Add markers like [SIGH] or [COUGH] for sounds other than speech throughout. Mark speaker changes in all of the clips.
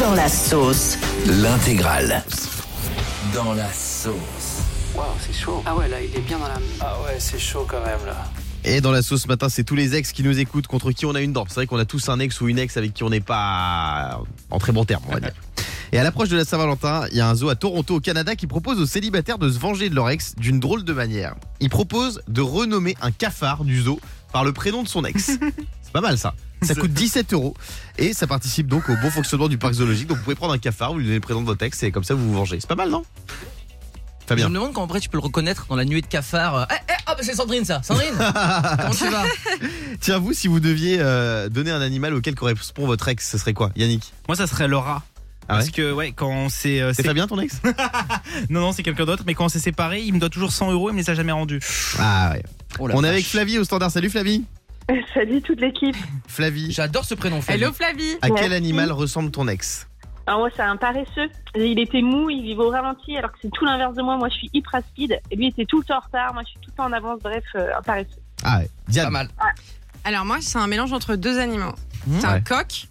Speaker 1: Dans la sauce.
Speaker 2: L'intégrale. Dans la sauce.
Speaker 3: Waouh, c'est chaud.
Speaker 4: Ah ouais, là, il est bien dans la.
Speaker 3: Ah ouais, c'est chaud quand même là.
Speaker 5: Et dans la sauce ce matin, c'est tous les ex qui nous écoutent contre qui on a une dent. C'est vrai qu'on a tous un ex ou une ex avec qui on n'est pas en très bon terme, on va dire. Et à l'approche de la Saint-Valentin, il y a un zoo à Toronto au Canada qui propose aux célibataires de se venger de leur ex d'une drôle de manière. Il propose de renommer un cafard du zoo par le prénom de son [LAUGHS] ex. C'est pas mal ça. Ça coûte 17 euros et ça participe donc au bon fonctionnement du parc zoologique. Donc vous pouvez prendre un cafard, vous lui donnez le prénom de votre ex et comme ça vous vous vengez. C'est pas mal non
Speaker 6: Je
Speaker 5: Fabien.
Speaker 6: me demande comment après tu peux le reconnaître dans la nuée de cafards. Eh, eh,
Speaker 4: oh,
Speaker 6: ah, bah, c'est Sandrine ça [LAUGHS] Sandrine Comment tu vas
Speaker 5: Tiens, vous, si vous deviez euh, donner un animal auquel correspond votre ex, ce serait quoi Yannick
Speaker 7: Moi, ça serait le rat.
Speaker 5: Ah
Speaker 7: Parce
Speaker 5: ouais
Speaker 7: que, ouais, quand on s'est. euh,
Speaker 5: C'est
Speaker 7: sé-
Speaker 5: Fabien ton ex
Speaker 7: Non, non, c'est quelqu'un d'autre, mais quand on s'est séparés, il me doit toujours 100 euros, il me les a jamais rendus.
Speaker 5: Ah ouais.
Speaker 6: Oh la
Speaker 5: On est avec
Speaker 6: vache.
Speaker 5: Flavie au standard. Salut Flavie.
Speaker 8: [LAUGHS] Salut toute l'équipe.
Speaker 5: Flavie,
Speaker 6: J'adore ce prénom Flavie.
Speaker 9: Hello Flavie
Speaker 5: à quel
Speaker 8: Merci.
Speaker 5: animal ressemble ton ex
Speaker 8: Alors moi c'est un paresseux. Il était mou, il vivait au ralenti alors que c'est tout l'inverse de moi. Moi je suis hyper speed. Et lui était tout le temps en retard. Moi je suis tout le temps en avance. Bref, euh, un paresseux.
Speaker 5: Ah ouais.
Speaker 6: Pas
Speaker 5: Diane.
Speaker 6: mal.
Speaker 9: Alors moi c'est un mélange entre deux animaux.
Speaker 6: Mmh.
Speaker 9: C'est un
Speaker 5: Ouais.
Speaker 9: coq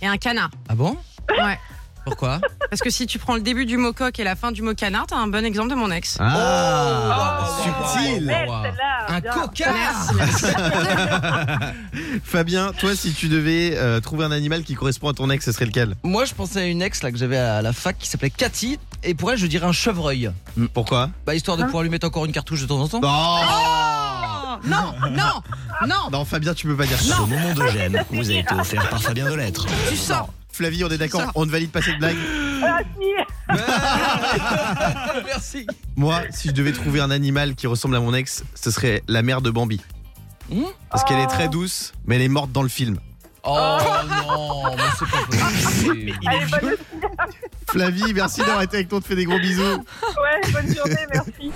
Speaker 9: et un canard.
Speaker 6: Ah bon
Speaker 9: Ouais.
Speaker 6: Pourquoi
Speaker 9: Parce que si tu prends le début du mot coq et la fin du mot canard, t'as un bon exemple de mon ex.
Speaker 5: Ah,
Speaker 6: Oh, wow,
Speaker 5: subtil.
Speaker 6: wow, wow,
Speaker 8: Belle,
Speaker 6: wow.
Speaker 8: celle-là,
Speaker 6: Un
Speaker 8: bien.
Speaker 9: Ah
Speaker 6: coquard
Speaker 5: Fabien, toi, si tu devais euh, trouver un animal qui correspond à ton ex, ce serait lequel
Speaker 4: Moi, je pensais à une ex là que j'avais à la fac qui s'appelait Cathy, et pour elle, je dirais un chevreuil.
Speaker 5: Pourquoi
Speaker 4: Bah, histoire de pouvoir lui mettre encore une cartouche de temps en temps.
Speaker 6: Bah.
Speaker 9: Oh, non, non, non,
Speaker 5: Non, Fabien, tu peux pas dire ça.
Speaker 2: Ce moment de gêne vous a été offert par Fabien Delettre.
Speaker 9: tu sors.
Speaker 5: Flavie, on est d'accord On ne valide pas cette blague
Speaker 8: Ah, si.
Speaker 4: [LAUGHS] Merci.
Speaker 5: Moi, si je devais trouver un animal qui ressemble à mon ex, ce serait la mère de Bambi.
Speaker 4: Hmm
Speaker 5: Parce qu'elle est très douce, mais elle est morte dans le film.
Speaker 4: Oh non, mais c'est pas possible.
Speaker 6: [LAUGHS]
Speaker 8: Allez, bonne,
Speaker 5: Flavie, merci d'avoir été avec nous, on te fait des gros bisous.
Speaker 8: ouais, bonne journée, merci.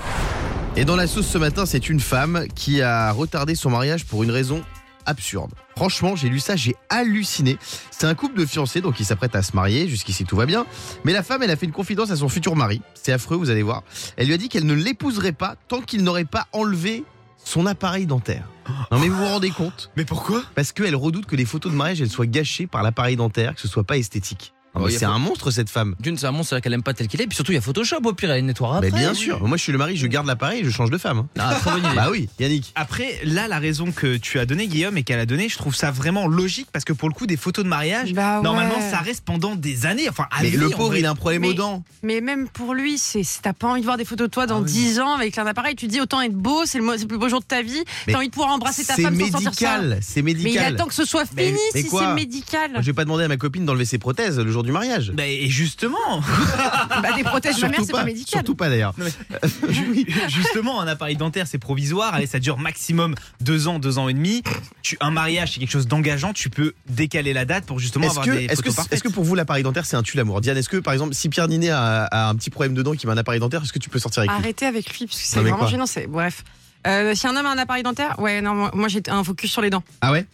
Speaker 5: Et dans la sauce ce matin, c'est une femme qui a retardé son mariage pour une raison absurde. Franchement, j'ai lu ça, j'ai halluciné. C'est un couple de fiancés, donc ils s'apprêtent à se marier, jusqu'ici tout va bien. Mais la femme, elle a fait une confidence à son futur mari. C'est affreux, vous allez voir. Elle lui a dit qu'elle ne l'épouserait pas tant qu'il n'aurait pas enlevé son appareil dentaire. Non mais vous vous rendez compte
Speaker 7: Mais pourquoi
Speaker 5: Parce qu'elle redoute que les photos de mariage, elles soient gâchées par l'appareil dentaire, que ce soit pas esthétique. Non,
Speaker 4: Oh,
Speaker 5: mais
Speaker 4: il y a
Speaker 5: c'est
Speaker 4: pas-
Speaker 5: un monstre cette femme.
Speaker 4: D'une, c'est un monstre là qu'elle aime pas tel qu'il est, puis surtout, il y a Photoshop au pire, elle nettoiera
Speaker 5: Mais
Speaker 4: après.
Speaker 5: bien sûr, moi je suis le mari, je garde l'appareil, et je change de femme. hein.
Speaker 4: Ah, très bonne idée.
Speaker 5: Bah oui, Yannick.
Speaker 7: Après, là, la raison que tu as donnée, Guillaume, et qu'elle a donnée, je trouve ça vraiment logique parce que pour le coup, des photos de mariage,
Speaker 9: Bah ouais.
Speaker 7: normalement, ça reste pendant des années. Enfin, à
Speaker 5: Mais
Speaker 7: vie,
Speaker 5: le
Speaker 7: en
Speaker 5: pauvre,
Speaker 7: vrai.
Speaker 5: il a un problème aux
Speaker 9: Mais-
Speaker 5: dents.
Speaker 9: Mais même pour lui, c'est c'est- t'as pas envie de voir des photos de toi
Speaker 5: Ah
Speaker 9: dans 10 ans avec un appareil. Tu te dis autant être beau, c'est le, mo- c'est le plus beau jour de ta vie.
Speaker 5: Mais
Speaker 9: T'as envie de pouvoir embrasser ta
Speaker 5: C'est
Speaker 9: femme sans sentir ça.
Speaker 5: médical, c'est
Speaker 9: Mais il
Speaker 5: médical.
Speaker 9: attend que ce soit
Speaker 5: Mais-
Speaker 9: fini
Speaker 5: mais
Speaker 9: si
Speaker 5: quoi
Speaker 9: c'est médical.
Speaker 5: Moi, J'ai pas demandé à ma copine d'enlever ses prothèses le jour du mariage.
Speaker 7: Bah,
Speaker 5: [LAUGHS]
Speaker 7: et justement,
Speaker 9: Bah, des protèges mammaires, c'est pas, médical.
Speaker 5: Surtout pas d'ailleurs.
Speaker 7: ju- [LAUGHS] justement, un appareil dentaire, c'est provisoire. Allez, ça dure maximum deux ans, deux ans et demi. Tu, un mariage, c'est quelque chose d'engageant. Tu peux décaler la date pour justement
Speaker 5: Est-ce
Speaker 7: avoir
Speaker 5: que,
Speaker 7: des
Speaker 5: est-ce, que,
Speaker 7: photos parfaites.
Speaker 5: est-ce que pour vous l'appareil dentaire c'est un tue l'amour Diane, est-ce que par exemple si Pierre Ninet a, a un petit problème dedans qui met un appareil dentaire, est-ce que tu peux sortir avec lui
Speaker 9: Arrêtez avec lui parce que c'est
Speaker 5: Non, mais
Speaker 9: vraiment
Speaker 5: quoi
Speaker 9: gênant. C'est bref. Euh, si un homme a un appareil dentaire, ouais, non, moi- moi j'ai un focus sur les dents,
Speaker 5: Ah ouais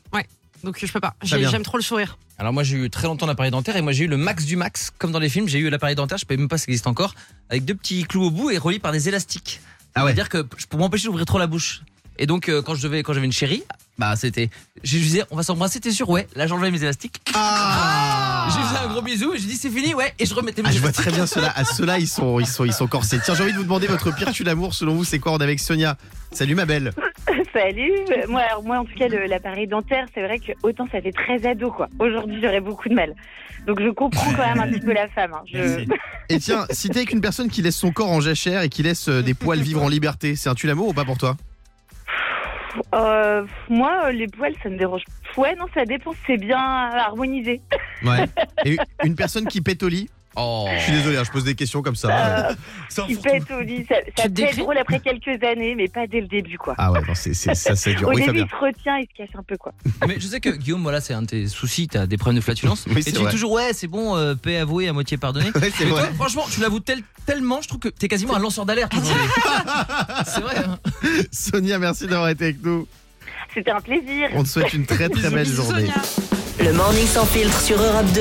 Speaker 9: donc je peux pas.
Speaker 5: Très
Speaker 9: J'ai-
Speaker 5: bien.
Speaker 9: J'aime trop le sourire.
Speaker 4: Alors moi j'ai eu très longtemps l'appareil dentaire et moi j'ai eu le max du max, comme dans les films, j'ai eu l'appareil dentaire, je ne même pas si ça existe encore, avec deux petits clous au bout et reliés par des élastiques.
Speaker 5: Ah ouais.
Speaker 4: C'est-à-dire que je- pour m'empêcher d'ouvrir trop la bouche. Et donc euh, quand je devais, quand j'avais une chérie, bah c'était, je lui disais on va s'embrasser, t'es sûr Ouais. Là j'enlevais mes élastiques,
Speaker 5: ah,
Speaker 4: j'ai fait un gros bisou, et j'ai dit c'est fini, ouais, et je remettais mes
Speaker 5: Ah, je vois
Speaker 4: élastiques.
Speaker 5: très bien cela. À ceux-là, ils sont, ils, sont, ils sont corsés. Tiens, j'ai envie de vous demander votre pire tue l'amour. Selon vous, c'est quoi On est avec Sonia. Salut, ma belle.
Speaker 10: Salut. Moi, alors, moi, en tout cas, le- l'appareil dentaire, c'est vrai que autant ça fait très ado, quoi. Aujourd'hui, j'aurais beaucoup de mal. Donc, je comprends quand même un petit peu la femme. hein. Je-
Speaker 7: Merci.
Speaker 5: Et tiens, si t'es avec une personne qui laisse son corps en jachère et qui laisse euh, des poils vivre en liberté, c'est un tue l'amour ou pas pour toi
Speaker 10: Euh, pff, moi, euh, les poils, ça me dérange. Ouais, non, ça dépend. C'est bien harmonisé. [LAUGHS]
Speaker 5: Ouais. Et une personne qui pète au lit
Speaker 4: Oh.
Speaker 5: Je suis désolé, hein, je pose des questions comme ça.
Speaker 10: Ah,
Speaker 7: Sans
Speaker 10: Il
Speaker 7: fourre-tout.
Speaker 10: pète au lit. Ça, ça
Speaker 9: te
Speaker 10: peut
Speaker 9: décris
Speaker 10: être drôle après quelques années, mais pas dès le début, quoi.
Speaker 5: Ah ouais, non, c'est, c'est- ça c'est dur.
Speaker 10: Au
Speaker 5: Oui,
Speaker 10: début,
Speaker 5: Fabien.
Speaker 10: il se retient, il se cache un peu, quoi.
Speaker 4: Mais je sais que Guillaume, voilà, c'est un de tes soucis, t'as des problèmes de flatulence.
Speaker 5: Oui,
Speaker 4: et
Speaker 5: c'est
Speaker 4: tu
Speaker 5: vrai.
Speaker 4: dis toujours ouais, c'est bon, euh, paix avouée, à moitié pardonnée.
Speaker 5: [LAUGHS] Ouais, c'est
Speaker 4: Mais
Speaker 5: vrai.
Speaker 4: toi, franchement, tu l'avoues tel- tellement, je trouve que t'es quasiment un lanceur d'alerte.
Speaker 5: [LAUGHS]
Speaker 4: aujourd'hui. c'est vrai. hein.
Speaker 5: Sonia, merci d'avoir été avec nous.
Speaker 10: C'était un plaisir.
Speaker 5: On te souhaite une très très belle
Speaker 9: Bisous,
Speaker 5: journée.
Speaker 9: Sonia.
Speaker 1: Le morning sans filtre sur Europe 2.